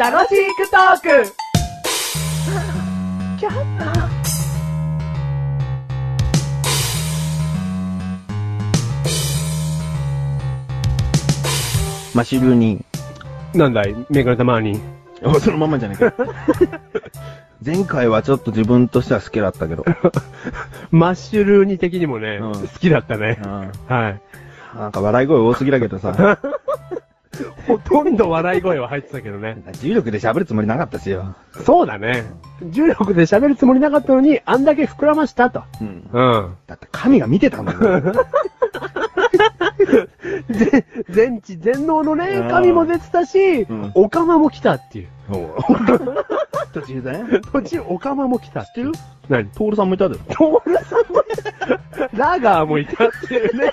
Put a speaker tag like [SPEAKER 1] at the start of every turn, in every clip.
[SPEAKER 1] 楽しくトーク
[SPEAKER 2] マシュル に。
[SPEAKER 3] なんだいメガネたまに。
[SPEAKER 2] あ、そのままじゃねえか。前回はちょっと自分としては好きだったけ ど。
[SPEAKER 3] マッシュルーニ的にもね、
[SPEAKER 2] うん
[SPEAKER 3] 好きだったね
[SPEAKER 2] う。ん
[SPEAKER 3] はい。
[SPEAKER 2] なんか笑い声多すぎだけ どさ、
[SPEAKER 3] ほとんど笑い声は入ってたけどね。
[SPEAKER 2] 重力で喋るつもりなかったしよ。
[SPEAKER 3] そうだね。重力で喋るつもりなかったのに、あんだけ膨らましたと。
[SPEAKER 2] うん。
[SPEAKER 3] うん。
[SPEAKER 2] だって神が見てたんだ よ。
[SPEAKER 3] ぜ全知全能のね
[SPEAKER 2] う、ん
[SPEAKER 3] 神も出てたし、
[SPEAKER 2] うん
[SPEAKER 3] オカマも来たっていう。
[SPEAKER 2] 途中で
[SPEAKER 3] 途中、オカマも来たっていう。何
[SPEAKER 2] トールさんもいた で。
[SPEAKER 3] トールさんも、ラガーもいたっていうね。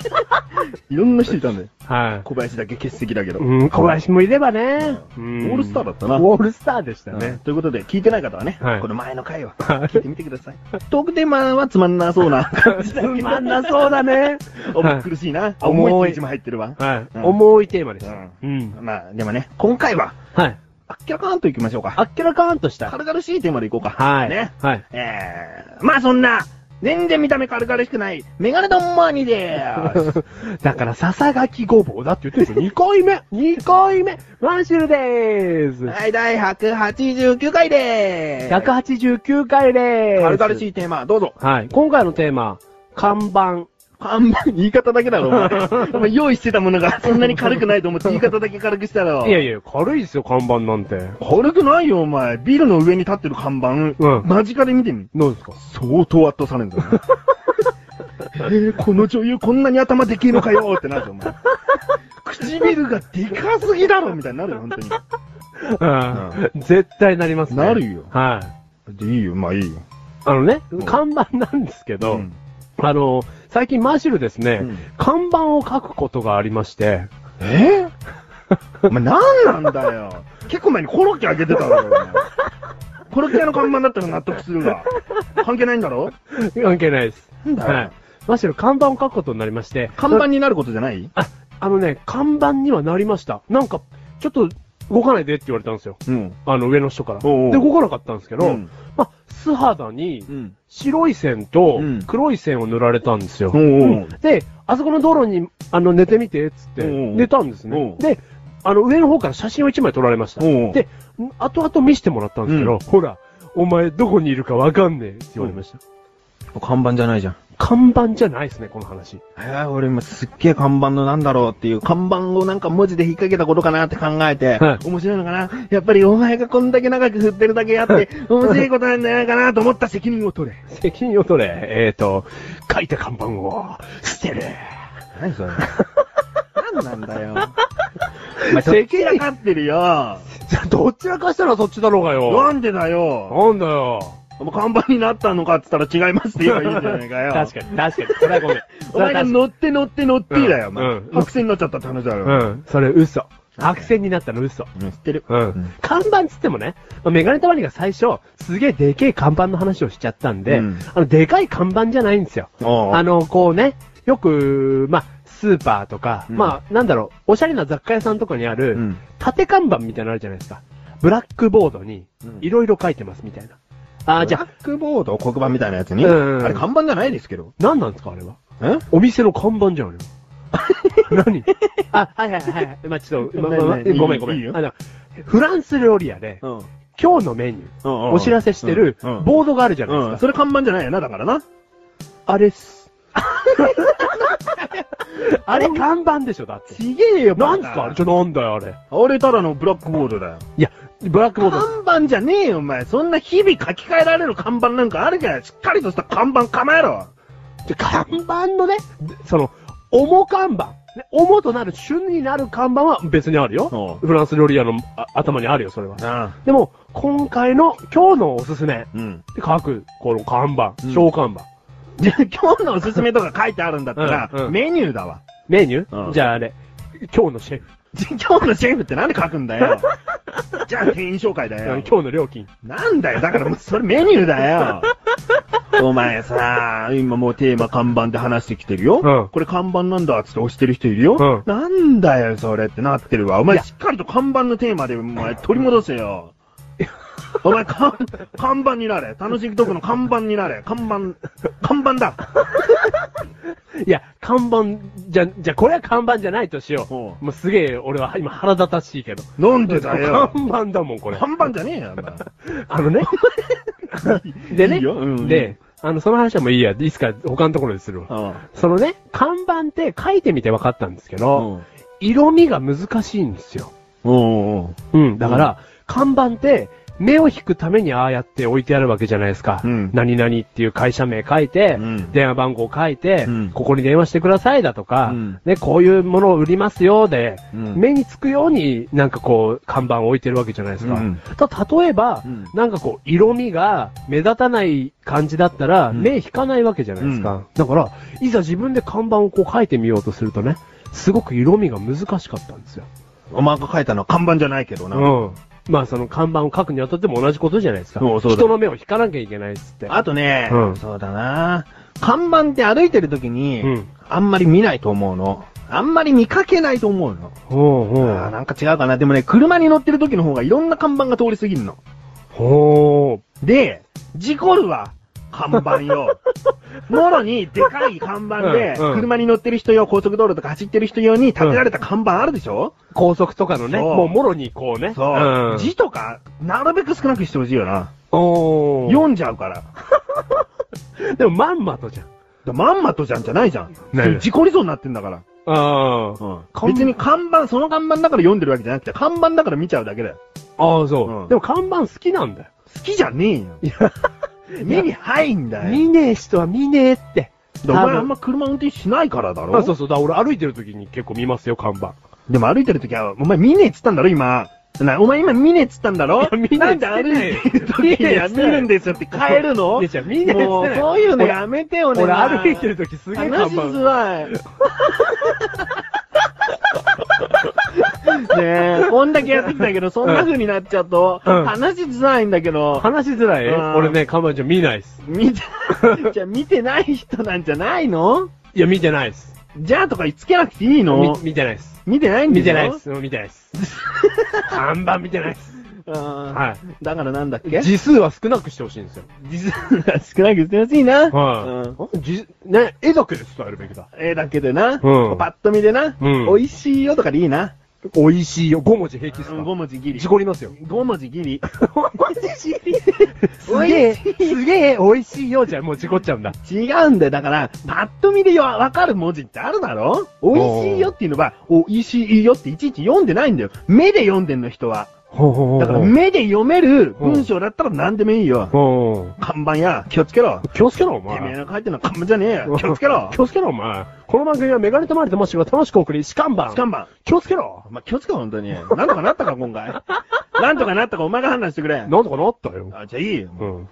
[SPEAKER 2] いろんな人いたんだよ。
[SPEAKER 3] はい。
[SPEAKER 2] 小林だけ欠席だけど。
[SPEAKER 3] うん、小林もいればね。うん
[SPEAKER 2] オールスターだったな
[SPEAKER 3] ウォールスターでした
[SPEAKER 2] うん
[SPEAKER 3] ね。
[SPEAKER 2] ということで、聞いてない方はね、
[SPEAKER 3] はい
[SPEAKER 2] この前の回は
[SPEAKER 3] はい
[SPEAKER 2] 聞いてみてください。トークテーマはつまんなそうな感じだ
[SPEAKER 3] つ
[SPEAKER 2] けど
[SPEAKER 3] まんなそう だね。
[SPEAKER 2] 重苦しいな。
[SPEAKER 3] 重い
[SPEAKER 2] 重い一日も入ってるわ。
[SPEAKER 3] はい。
[SPEAKER 2] うん
[SPEAKER 3] 重いテーマです。
[SPEAKER 2] う
[SPEAKER 3] うん。
[SPEAKER 2] まあ、でもね、今回は、
[SPEAKER 3] はい。
[SPEAKER 2] あっきらかんと行きましょうか。
[SPEAKER 3] あっけらかーんとした。
[SPEAKER 2] 軽々しいテーマでいこうか。
[SPEAKER 3] はい。
[SPEAKER 2] ね。
[SPEAKER 3] はい。
[SPEAKER 2] えー、まあそんな、全然見た目軽々しくない、メガネドンマーニーでー す。
[SPEAKER 3] だから、笹垣ごぼうだって言ってるでしょ。2回目 !2 回目マンシュルでーす
[SPEAKER 2] はい、第189回でーす。
[SPEAKER 3] !189 回でーす
[SPEAKER 2] 軽々しいテーマ、どうぞ。
[SPEAKER 3] はい。今回のテーマ、看板。
[SPEAKER 2] 看板、言い方だけだろ、 お前。お前用意してたものが そんなに軽くないと思って言い方だけ軽くしたろ。
[SPEAKER 3] いやいや、軽いですよ、看板なんて。
[SPEAKER 2] 軽くないよ、お前。ビルの上に立ってる看板、
[SPEAKER 3] うん
[SPEAKER 2] 間近で見てみ。
[SPEAKER 3] 何ですか
[SPEAKER 2] 相当圧倒されるん だよな。えー、この女優こんなに頭できるのかよってなるよ、お 前。唇がでかすぎだろみたいになるよ、本当に。
[SPEAKER 3] うん。絶対なりますね。
[SPEAKER 2] なるよ
[SPEAKER 3] はい。
[SPEAKER 2] でいいよ、まあいいよ。
[SPEAKER 3] あのね
[SPEAKER 2] ん、
[SPEAKER 3] 看板なんですけ
[SPEAKER 2] う
[SPEAKER 3] ど、
[SPEAKER 2] ん
[SPEAKER 3] あの、最近マシュルですね、
[SPEAKER 2] うん
[SPEAKER 3] 看板を書くことがありまして、
[SPEAKER 2] え ー、お前何なんだよ。結構前にコロッケあげてただろ、お前コロッケ屋の看板だったら納得するが。関係ないんだろ
[SPEAKER 3] 関係ないです。
[SPEAKER 2] なんだよ
[SPEAKER 3] はい。マシュル、看板を書くことになりまして、
[SPEAKER 2] 看板になることじゃない
[SPEAKER 3] あ、あのね、看板にはなりました。なんか、ちょっと動かないでって言われたんですよ。
[SPEAKER 2] うん。
[SPEAKER 3] あの、上の人から。
[SPEAKER 2] おうおう
[SPEAKER 3] で、動かなかったんですけど、
[SPEAKER 2] うん
[SPEAKER 3] まあ、素肌に
[SPEAKER 2] うん。
[SPEAKER 3] 白い線と
[SPEAKER 2] うん
[SPEAKER 3] 黒い線を塗られたんですよ。
[SPEAKER 2] おうおう
[SPEAKER 3] うんで、あそこの道路に、あの、寝てみて、っつって、
[SPEAKER 2] おうおう
[SPEAKER 3] 寝たんです
[SPEAKER 2] お
[SPEAKER 3] ね
[SPEAKER 2] う。
[SPEAKER 3] で、あの、上の方から写真を一枚撮られました。
[SPEAKER 2] おうおう
[SPEAKER 3] で、ん後々見せてもらったんですけど、
[SPEAKER 2] うん
[SPEAKER 3] ほら、お前どこにいるかわかんねえって言われました。
[SPEAKER 2] 看板じゃないじゃん。
[SPEAKER 3] 看板じゃないですね、この話。
[SPEAKER 2] えー、俺今すっげえ看板のなんだろうっていう、看板をなんか文字で引っ掛けたことかなって考えて、
[SPEAKER 3] はい
[SPEAKER 2] 面白いのかなやっぱりお前がこんだけ長く振ってるだけあって、面白いことなんじゃないかなと思った責任を取れ。
[SPEAKER 3] 責任を取れ。えーと、書いた看板を捨てる。
[SPEAKER 2] 何それ何なんだよ。
[SPEAKER 3] まあ、責
[SPEAKER 2] 散ら
[SPEAKER 3] 任
[SPEAKER 2] かってるよ。
[SPEAKER 3] どっちらかしたらそっちだろうが
[SPEAKER 2] な
[SPEAKER 3] よ。
[SPEAKER 2] んでだよ。
[SPEAKER 3] なんだよ。
[SPEAKER 2] お前看板になったのかって言ったら違いますって言えばいいんじゃないかよ。
[SPEAKER 3] 確かに、確かに。それはごめん。
[SPEAKER 2] お前が乗って乗って乗ってだよ、お前
[SPEAKER 3] うん
[SPEAKER 2] 白線になっちゃったって話だよ。
[SPEAKER 3] うん、それ嘘。白線になったの嘘。
[SPEAKER 2] うん、知ってる。
[SPEAKER 3] うん。看板つってもね、まあメガネたまりが最初、すげえでけえ看板の話をしちゃったんで、
[SPEAKER 2] うん
[SPEAKER 3] あの、でかい看板じゃないんですよ。
[SPEAKER 2] おう
[SPEAKER 3] あの、こうね、よく、まあ、スーパーとか、
[SPEAKER 2] うん
[SPEAKER 3] まあ、なんだろう、おしゃれな雑貨屋さんとかにある、
[SPEAKER 2] うん
[SPEAKER 3] 縦看板みたいなのあるじゃないですか。ブラックボードに
[SPEAKER 2] うん、
[SPEAKER 3] いろいろ書いてますみたいな。あー、じゃ
[SPEAKER 2] ブ
[SPEAKER 3] あ
[SPEAKER 2] ラ、ックボード、黒板みたいなやつに、
[SPEAKER 3] うん
[SPEAKER 2] あれ看板じゃないですけど。
[SPEAKER 3] 何なんですか、あれは。
[SPEAKER 2] え
[SPEAKER 3] お店の看板じゃん、あれ は。何あ、はいはいはいはい。まあ、ちょっと、ままま
[SPEAKER 2] ねね
[SPEAKER 3] ごめんごめ
[SPEAKER 2] いいよ
[SPEAKER 3] ん。あの、フランス料理屋で、
[SPEAKER 2] うん。
[SPEAKER 3] 今日のメニュー、
[SPEAKER 2] お
[SPEAKER 3] お知らせしてる
[SPEAKER 2] ボ
[SPEAKER 3] ボードがあるじゃ
[SPEAKER 2] ー
[SPEAKER 3] ない
[SPEAKER 2] ド。うん。
[SPEAKER 3] です
[SPEAKER 2] そ
[SPEAKER 3] か。
[SPEAKER 2] れ看板じゃないよな、だからな。
[SPEAKER 3] あれっす。 あれ看板でしょ、だって。
[SPEAKER 2] ちげえよ
[SPEAKER 3] な
[SPEAKER 2] なんん
[SPEAKER 3] す
[SPEAKER 2] す
[SPEAKER 3] か
[SPEAKER 2] か
[SPEAKER 3] ちょ、なんだよ、あ
[SPEAKER 2] あ
[SPEAKER 3] れ。
[SPEAKER 2] れただのブラックボードだよ。
[SPEAKER 3] いや、ブラックボード。
[SPEAKER 2] 看板じゃねえよ、お前。そんな日々書き換えられる看板なんかあるから、しっかりとした看板構えろ。
[SPEAKER 3] で看板のね、その、重看板。ね、重となる、旬になる看板は別にあるよ。
[SPEAKER 2] う
[SPEAKER 3] フランス料理屋のあ頭にあるよ、それは。
[SPEAKER 2] あ
[SPEAKER 3] でも、今回の、今日のおすすめ。
[SPEAKER 2] あ。うん。
[SPEAKER 3] で、書く、この看板
[SPEAKER 2] う、ん
[SPEAKER 3] 小看板。
[SPEAKER 2] じゃあ、今日のおすすめとか書いてあるんだったら、
[SPEAKER 3] うんうん
[SPEAKER 2] メニューだわ。
[SPEAKER 3] メニュ
[SPEAKER 2] う
[SPEAKER 3] ー
[SPEAKER 2] ん
[SPEAKER 3] じゃああれ、今日のシェフ。
[SPEAKER 2] じゃあ今日のシェフってなんで書くんだよ。じゃあ店員紹介だ
[SPEAKER 3] 今
[SPEAKER 2] よ
[SPEAKER 3] 日。の料金。
[SPEAKER 2] なんだよ、だからもうそれメニューだよ。お前さ、今もうテーマ看板で話してきてるよ。
[SPEAKER 3] うん
[SPEAKER 2] これ看板なんだっつって押してる人いるよ。
[SPEAKER 3] うん
[SPEAKER 2] なんだよ、それってなってるわ。お
[SPEAKER 3] い
[SPEAKER 2] 前
[SPEAKER 3] や
[SPEAKER 2] しっかりと看板のテーマで、お前取り戻せよ。お前、看看板になれ。楽しいとこの看板になれ。看板、看板だ。
[SPEAKER 3] いや、看板、じゃ、じゃ、これは看板じゃないとしよう。
[SPEAKER 2] おう
[SPEAKER 3] もうすげえ、俺は今腹立たしいけど。
[SPEAKER 2] なんでだよ。
[SPEAKER 3] 看板だもん、これ。
[SPEAKER 2] 看板じゃねえよ、
[SPEAKER 3] あのね。でね
[SPEAKER 2] いいようん
[SPEAKER 3] で、あの、その話はもういいや。いつか他のところでするわ。
[SPEAKER 2] お前。
[SPEAKER 3] そのね、看板って書いてみて分かったんですけど、
[SPEAKER 2] うん。
[SPEAKER 3] 色味が難しいんですよ。
[SPEAKER 2] おう
[SPEAKER 3] うん。だから、看板って、目を引くためにああやって置いてあるわけじゃないですか。
[SPEAKER 2] うん
[SPEAKER 3] 何々っていう会社名書いて、
[SPEAKER 2] うん
[SPEAKER 3] 電話番号書いて、
[SPEAKER 2] うん
[SPEAKER 3] ここに電話してくださいだとか、
[SPEAKER 2] うん
[SPEAKER 3] ね、こういうものを売りますよで、
[SPEAKER 2] うん
[SPEAKER 3] 目につくようになんかこう、看板を置いてるわけじゃないですか。
[SPEAKER 2] うん
[SPEAKER 3] ただ例えば、
[SPEAKER 2] うん
[SPEAKER 3] なんかこう、色味が目立たない感じだったら、
[SPEAKER 2] うん
[SPEAKER 3] 目引かないわけじゃないですか。
[SPEAKER 2] う
[SPEAKER 3] だから、いざ自分で看板をこう書いてみようとするとね、すごく色味が難しかったんですよ。
[SPEAKER 2] お前が書いたのは看板じゃないけどな。
[SPEAKER 3] うん。まあその看板を書くにあたっても同じことじゃないですか。
[SPEAKER 2] そうそうだ
[SPEAKER 3] 人の目を引かなきゃいけないっつって。
[SPEAKER 2] あとね、
[SPEAKER 3] うん
[SPEAKER 2] そうだな。看板って歩いてる時に、
[SPEAKER 3] うん
[SPEAKER 2] あんまり見ないと思うの。あんまり見かけないと思うの。
[SPEAKER 3] ほうほ
[SPEAKER 2] あー
[SPEAKER 3] う。
[SPEAKER 2] なんか違うかな。でもね、車に乗ってる時の方がいろんな看板が通り過ぎるの。
[SPEAKER 3] ほ
[SPEAKER 2] で、事故るわ。看板 よ。もろに、でかい看板で、
[SPEAKER 3] うんうん
[SPEAKER 2] 車に乗ってる人用、高速道路とか走ってる人用に立てられた看板あるでしょ、
[SPEAKER 3] う。高速とかのね、
[SPEAKER 2] そう
[SPEAKER 3] もうもろにこうね。
[SPEAKER 2] そう、
[SPEAKER 3] ん、
[SPEAKER 2] 字とか、なるべく少なくしてほしいよな。
[SPEAKER 3] おー
[SPEAKER 2] 読んじゃうから。
[SPEAKER 3] でもまんまとじゃん。
[SPEAKER 2] だまんまとじゃんじゃないじゃん。
[SPEAKER 3] ない
[SPEAKER 2] 事故りそうになってんだから。
[SPEAKER 3] あー
[SPEAKER 2] うん、別に看板、その看板だから読んでるわけじゃなくて、看板だから見ちゃうだけだよ。
[SPEAKER 3] あー、そう、
[SPEAKER 2] うん
[SPEAKER 3] でも看板好きなんだよ。
[SPEAKER 2] 好きじゃねえよ。
[SPEAKER 3] いや、
[SPEAKER 2] 目に入んだよ。
[SPEAKER 3] 見ねえ人は見ねえって。
[SPEAKER 2] お前
[SPEAKER 3] 多分
[SPEAKER 2] あんま車運転しないからだろ。
[SPEAKER 3] あそうそう、だから俺歩いてる時に結構見ますよ、看板。
[SPEAKER 2] でも歩いてるときは、お前見ねえっつったんだろ、今。なお前今見ねえっつったんだろ
[SPEAKER 3] いや見ねえっつってな
[SPEAKER 2] ないんで歩いてるときには見
[SPEAKER 3] 見ねえっつってない
[SPEAKER 2] るんですよって変えるの
[SPEAKER 3] でしょ見ねえっつってない
[SPEAKER 2] もうそういうのやめてよね。
[SPEAKER 3] 俺歩いてる
[SPEAKER 2] と
[SPEAKER 3] 時す
[SPEAKER 2] き
[SPEAKER 3] げえ看板。
[SPEAKER 2] 話すわ い。ねえ、こんだけやってきたけど、そんな風になっちゃうと、
[SPEAKER 3] うん
[SPEAKER 2] 話しづらいんだけど、
[SPEAKER 3] 話しづらい
[SPEAKER 2] うん
[SPEAKER 3] 俺ね、看板じゃ見ないっす。
[SPEAKER 2] 見て、じゃあ見てない人なんじゃないの
[SPEAKER 3] いや、見てないっす。
[SPEAKER 2] じゃあとかつけなくていいの
[SPEAKER 3] み見てないっす。
[SPEAKER 2] 見てないんでしょ
[SPEAKER 3] 見てないっ。す。見てないっす。看板見てないっす。
[SPEAKER 2] は
[SPEAKER 3] はい。
[SPEAKER 2] い。だからなんだっけ
[SPEAKER 3] 字数は少なくしてほしいんですよ。
[SPEAKER 2] 実は少なくしてほしいな。
[SPEAKER 3] は
[SPEAKER 2] うん
[SPEAKER 3] い。字、ね、絵だけで伝えるべきだ。
[SPEAKER 2] 絵だけでな、
[SPEAKER 3] うん
[SPEAKER 2] パッと見でな、
[SPEAKER 3] うん
[SPEAKER 2] 美味しいよとかでいいな。
[SPEAKER 3] 美味しいよ。5文字平気っすか
[SPEAKER 2] うん5文字ギリ
[SPEAKER 3] 事。故りますよ。
[SPEAKER 2] 5文字ギリ。
[SPEAKER 3] すげ
[SPEAKER 2] 美味
[SPEAKER 3] え、
[SPEAKER 2] しい
[SPEAKER 3] すげえ美味しいよじゃん。もう事故っちゃうんだ。
[SPEAKER 2] 違うんだよ。だから、パッと見でよわかる文字ってあるだろ美味しいよっていうのは、美味しいよっていちいち読んでないんだよ。目で読んでんの人は。
[SPEAKER 3] ほうほうほ
[SPEAKER 2] だから目で読める文章だったら何でもいいよ。
[SPEAKER 3] ほう。
[SPEAKER 2] 看板や、気をつけろ。
[SPEAKER 3] 気をつけろ、お
[SPEAKER 2] てめえ
[SPEAKER 3] 前。。
[SPEAKER 2] の書いてるのは看板じゃねえよ。気をつけろ
[SPEAKER 3] 気をつけろ、お前。この番組はメガネとマリとマッシュが楽しくお送り、しかんばん。
[SPEAKER 2] 看板。
[SPEAKER 3] 気をつけろ。
[SPEAKER 2] お前気をつけろ、本当に。 なんとかなったか、今回。なんとかなったか、お前が判断してくれ。
[SPEAKER 3] なんとかなったよ。
[SPEAKER 2] あ、じゃあいいよ。
[SPEAKER 3] うん。